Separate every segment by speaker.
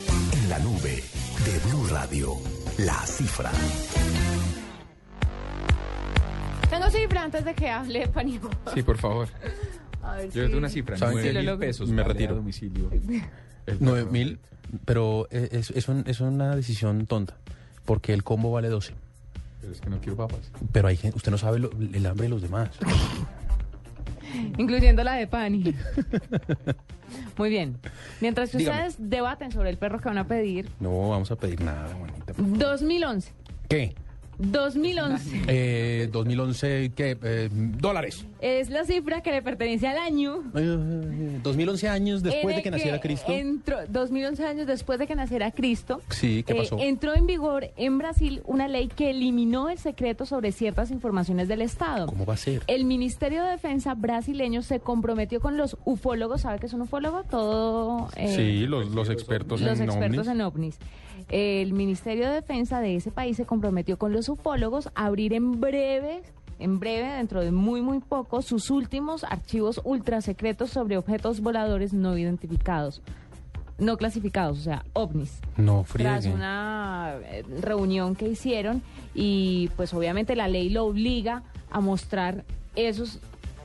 Speaker 1: En la nube de Blue Radio, la cifra.
Speaker 2: Tengo cifra antes de que hable, Panico.
Speaker 3: Sí, por favor.
Speaker 2: A ver
Speaker 3: Yo
Speaker 2: si-
Speaker 3: doy una cifra.
Speaker 4: ¿Saben
Speaker 3: nueve
Speaker 4: qué?
Speaker 3: mil
Speaker 4: Lo logro.
Speaker 3: pesos.
Speaker 4: Me
Speaker 3: vale, a
Speaker 4: retiro.
Speaker 3: domicilio. El
Speaker 4: 9
Speaker 3: perro.
Speaker 4: mil, pero eh, es, es, un- es una decisión tonta, porque el combo vale 12.
Speaker 3: Pero es que no quiero papas.
Speaker 4: Pero hay gente, usted no sabe lo- el hambre de los demás.
Speaker 2: Incluyendo la de Pani. Muy bien. Mientras que
Speaker 4: Dígame.
Speaker 2: ustedes debaten sobre el perro que van a pedir,
Speaker 4: No vamos a pedir nada, Juanita.
Speaker 2: 2011.
Speaker 4: ¿Qué?
Speaker 2: 2011
Speaker 4: Eh, 2011, ¿qué? Eh, dólares.
Speaker 2: es la cifra que le pertenece al año.
Speaker 4: Eh, 2011 años
Speaker 2: en
Speaker 4: después
Speaker 2: el
Speaker 4: de que naciera Cristo.
Speaker 2: entró- 2011 años después de que naciera Cristo.
Speaker 4: Sí, ¿qué
Speaker 2: eh,
Speaker 4: pasó?
Speaker 2: entró en vigor en Brasil una ley que eliminó el secreto sobre ciertas informaciones del Estado.
Speaker 4: ¿Cómo va a ser?
Speaker 2: El Ministerio de Defensa brasileño se comprometió con los ufólogos. ¿Sabe qué es un ufólogo? Todo. eh,
Speaker 4: Sí, los, los expertos
Speaker 2: los
Speaker 4: en
Speaker 2: expertos
Speaker 4: ovnis.
Speaker 2: en ovnis. El Ministerio de Defensa de ese país se comprometió con los ufólogos a abrir en breve, en breve, dentro de muy, muy poco, sus últimos archivos ultrasecretos sobre objetos voladores no identificados, no clasificados, o sea, ovnis
Speaker 4: No,
Speaker 2: tras
Speaker 4: friegue.
Speaker 2: una eh, reunión que hicieron y pues obviamente la ley lo obliga a mostrar esos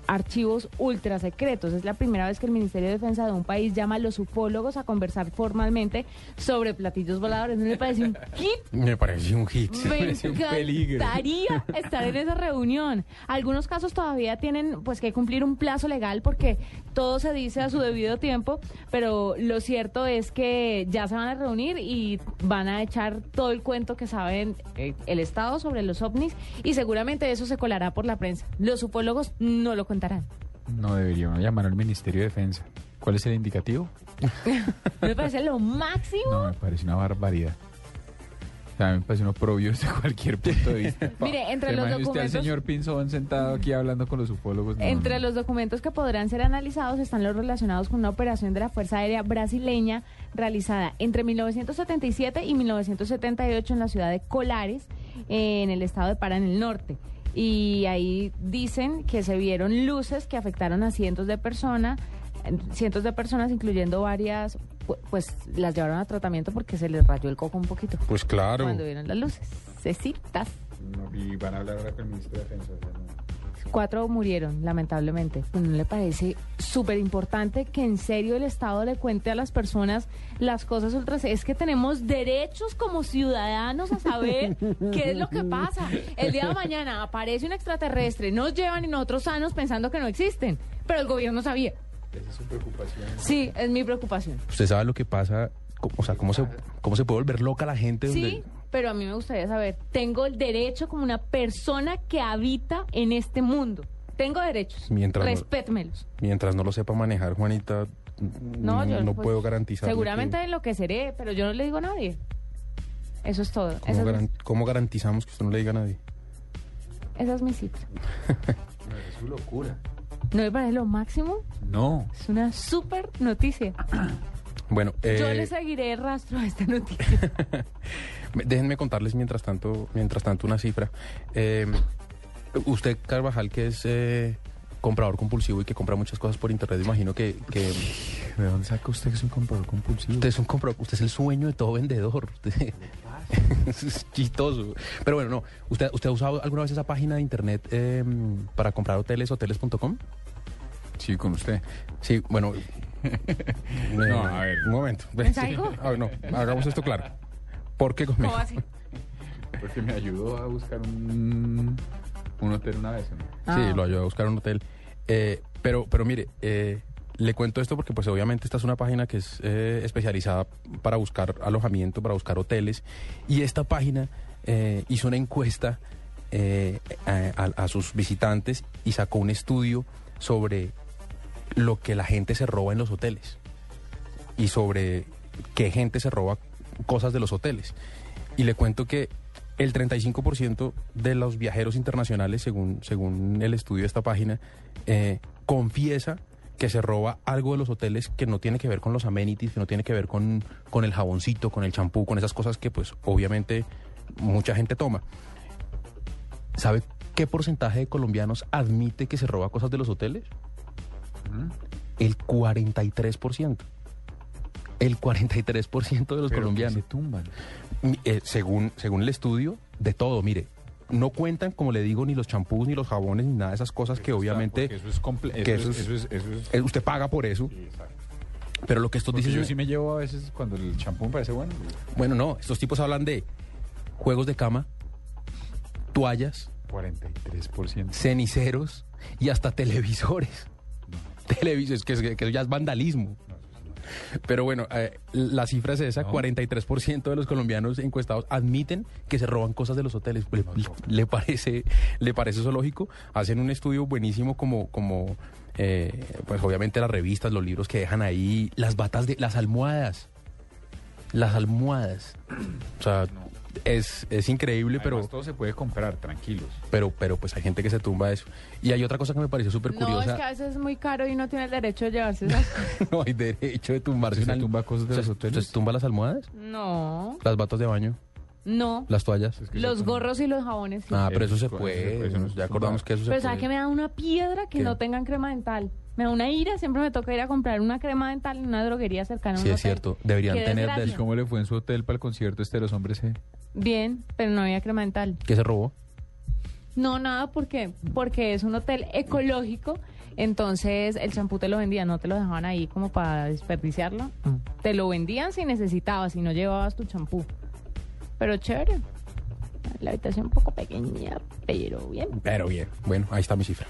Speaker 2: archivos ultra secretos. Es la primera vez que el Ministerio de Defensa de un país llama a los ufólogos a conversar formalmente sobre platillos voladores. ¿No le parece un hit?
Speaker 4: Me pareció un hit.
Speaker 2: Me
Speaker 3: parece un peligro.
Speaker 2: encantaría estar en esa reunión. Algunos casos todavía tienen pues que cumplir un plazo legal porque todo se dice a su debido tiempo, pero lo cierto es que ya se van a reunir y van a echar todo el cuento que saben eh, el Estado sobre los ovnis y seguramente eso se colará por la prensa. Los ufólogos no lo contarán.
Speaker 3: No deberíamos llamar al Ministerio de Defensa. ¿Cuál es el indicativo?
Speaker 2: Me parece lo máximo.
Speaker 3: No, me parece una barbaridad. O sea, me parece un oprobio desde cualquier punto de vista.
Speaker 2: Mire, entre
Speaker 3: ¿Se
Speaker 2: los
Speaker 3: imagina usted al
Speaker 2: documentos-
Speaker 3: señor Pinzón sentado aquí hablando con los ufólogos. No,
Speaker 2: Entre
Speaker 3: no.
Speaker 2: los documentos que podrán ser analizados están los relacionados con una operación de la Fuerza Aérea Brasileña realizada entre 1977 y 1978 en la ciudad de Colares, en el estado de Pará, en el norte. Y ahí dicen que se vieron luces que afectaron a cientos de personas, cientos de personas, incluyendo varias, pu- pues las llevaron a tratamiento porque se les rayó el coco un poquito
Speaker 4: Pues claro.
Speaker 2: cuando vieron las luces. Cecitas.
Speaker 3: No, y van a hablar ahora con el Ministro de Defensa. o sea, no.
Speaker 2: Cuatro murieron, lamentablemente. Pues, ¿No le parece súper importante que en serio el Estado le cuente a las personas las cosas ultras? Es que tenemos derechos como ciudadanos a saber qué es lo que pasa. El día de mañana aparece un extraterrestre, nos llevan y nosotros sanos pensando que no existen, pero el gobierno sabía.
Speaker 3: Esa es su preocupación.
Speaker 2: Sí, es mi preocupación.
Speaker 4: Usted sabe lo que pasa, co- o sea, cómo se, cómo se puede volver loca la gente.
Speaker 2: Sí,
Speaker 4: donde-
Speaker 2: pero a mí me gustaría saber, tengo el derecho como una persona que habita en este mundo. Tengo derechos.
Speaker 4: Mientras no-
Speaker 2: Respétmelos.
Speaker 4: Mientras no lo sepa manejar, Juanita,
Speaker 2: No,
Speaker 4: no,
Speaker 2: yo pues,
Speaker 4: puedo garantizar.
Speaker 2: Seguramente enloqueceré, pero yo no le digo a nadie. Eso es todo.
Speaker 4: ¿Cómo,
Speaker 2: Esa es, mi-
Speaker 4: garan- cómo garantizamos que usted no le diga a nadie?
Speaker 2: esa es mi cita.
Speaker 3: Es su locura.
Speaker 2: ¿No me parece lo máximo?
Speaker 3: No.
Speaker 2: Es una súper noticia.
Speaker 4: Bueno,
Speaker 2: Yo
Speaker 4: eh,
Speaker 2: le seguiré el rastro a esta noticia.
Speaker 4: me- déjenme contarles mientras tanto, mientras tanto una cifra. Eh, usted, Carvajal, que es eh, comprador compulsivo y que compra muchas cosas por internet, imagino que, que
Speaker 3: ¿De dónde saca usted que es un comprador compulsivo?
Speaker 4: usted es un comprador, usted es el sueño de todo vendedor. Usted- es chistoso. Pero bueno, no. ¿Usted, ¿Usted ha usado alguna vez esa página de internet eh, para comprar hoteles, hoteles.com?
Speaker 3: Sí, con usted.
Speaker 4: Sí, bueno.
Speaker 3: No, a ver.
Speaker 4: Un momento.
Speaker 2: ¿Es algo?
Speaker 4: Ah, no, hagamos esto claro. ¿Por qué conmigo?
Speaker 2: ¿Cómo así?
Speaker 3: Porque pues, me ayudó a buscar un, un hotel una vez. ¿no?
Speaker 4: Sí,
Speaker 2: Ah.
Speaker 4: lo ayudó a buscar un hotel. Eh, pero, pero mire, eh, le cuento esto porque pues obviamente esta es una página que es eh, especializada para buscar alojamiento, para buscar hoteles. Y esta página eh, hizo una encuesta eh, a, a- a sus visitantes y sacó un estudio sobre lo que la gente se roba en los hoteles y sobre qué gente se roba cosas de los hoteles. Y le cuento que el 35% de los viajeros internacionales, según, según el estudio de esta página, eh, confiesa que se roba algo de los hoteles que no tiene que ver con los amenities, que no tiene que ver con, con el jaboncito, con el champú, con esas cosas que pues obviamente mucha gente toma. ¿Sabe qué porcentaje de colombianos admite que se roba cosas de los hoteles?
Speaker 3: Mm.
Speaker 4: El 43%. El 43% de los
Speaker 3: Pero que
Speaker 4: colombianos.
Speaker 3: se tumban.
Speaker 4: Eh, según, según el estudio, de todo, mire. No cuentan, como le digo, ni los champús, ni los jabones, ni nada de esas cosas que
Speaker 3: Está,
Speaker 4: obviamente
Speaker 3: porque Eso es comple-
Speaker 4: que
Speaker 3: eso es-
Speaker 4: eso es-
Speaker 3: eso es- eso es-
Speaker 4: eh, usted paga por eso. Pero lo que estos
Speaker 3: Porque
Speaker 4: dicen...
Speaker 3: pues, yo sí me llevo a veces cuando el champú me parece bueno.
Speaker 4: Bueno, no, estos tipos hablan de juegos de cama, toallas,
Speaker 3: 43%.
Speaker 4: ceniceros y hasta televisores. Televisores, que, es- que eso ya es vandalismo. Pero bueno, eh, la cifra es esa, 43% de los colombianos encuestados admiten que se roban cosas de los hoteles. ¿Le, le parece, le parece eso lógico? Hacen un estudio buenísimo como, como eh, pues obviamente las revistas, los libros que dejan ahí, las batas de, las almohadas. Las almohadas. O sea, es, es increíble,
Speaker 3: Pero
Speaker 4: pero
Speaker 3: todo se puede comprar, tranquilos.
Speaker 4: pero, pero pues hay gente que se tumba eso. Y hay otra cosa que me pareció súper
Speaker 2: No, es
Speaker 4: curiosa.
Speaker 2: que a veces es muy caro y no tiene el derecho de llevarse esas
Speaker 4: no hay derecho de tumbarse.
Speaker 3: ¿Se
Speaker 4: una-
Speaker 3: tumba cosas de
Speaker 4: ¿Se-
Speaker 3: los hoteles?
Speaker 4: ¿Se tumba las almohadas?
Speaker 2: No,
Speaker 4: ¿Las batas de baño?
Speaker 2: no.
Speaker 4: ¿Las toallas?
Speaker 3: Es que
Speaker 2: Los
Speaker 3: se tumban.
Speaker 2: gorros y los jabones. sí.
Speaker 4: Ah, pero
Speaker 3: Eso
Speaker 4: eso
Speaker 3: es-
Speaker 4: se
Speaker 3: eso se
Speaker 4: puede.
Speaker 3: puede, eso no es
Speaker 4: ya acordamos
Speaker 3: tumbar.
Speaker 4: que eso se
Speaker 2: Pero
Speaker 4: puede.
Speaker 2: ¿sabes que me da una piedra que
Speaker 4: ¿Qué?
Speaker 2: no tengan crema dental? Me da una ira, siempre me toca ir a comprar una crema dental en una droguería cercana a un
Speaker 4: Sí, es
Speaker 2: hotel.
Speaker 4: cierto. Deberían
Speaker 2: Qué
Speaker 4: tener
Speaker 2: desgracia.
Speaker 4: de
Speaker 3: ¿Y cómo le fue en su hotel para el concierto este de los hombres? G?
Speaker 2: Bien, pero no había crema dental.
Speaker 4: ¿Qué se robó?
Speaker 2: No, nada, porque Porque es un hotel ecológico, entonces el champú te lo vendían, no te lo dejaban ahí como para desperdiciarlo. Te lo vendían si necesitabas, si no llevabas tu champú. Pero chévere. La habitación un poco pequeña, pero bien.
Speaker 4: Pero bien. Bueno, ahí está mi cifra.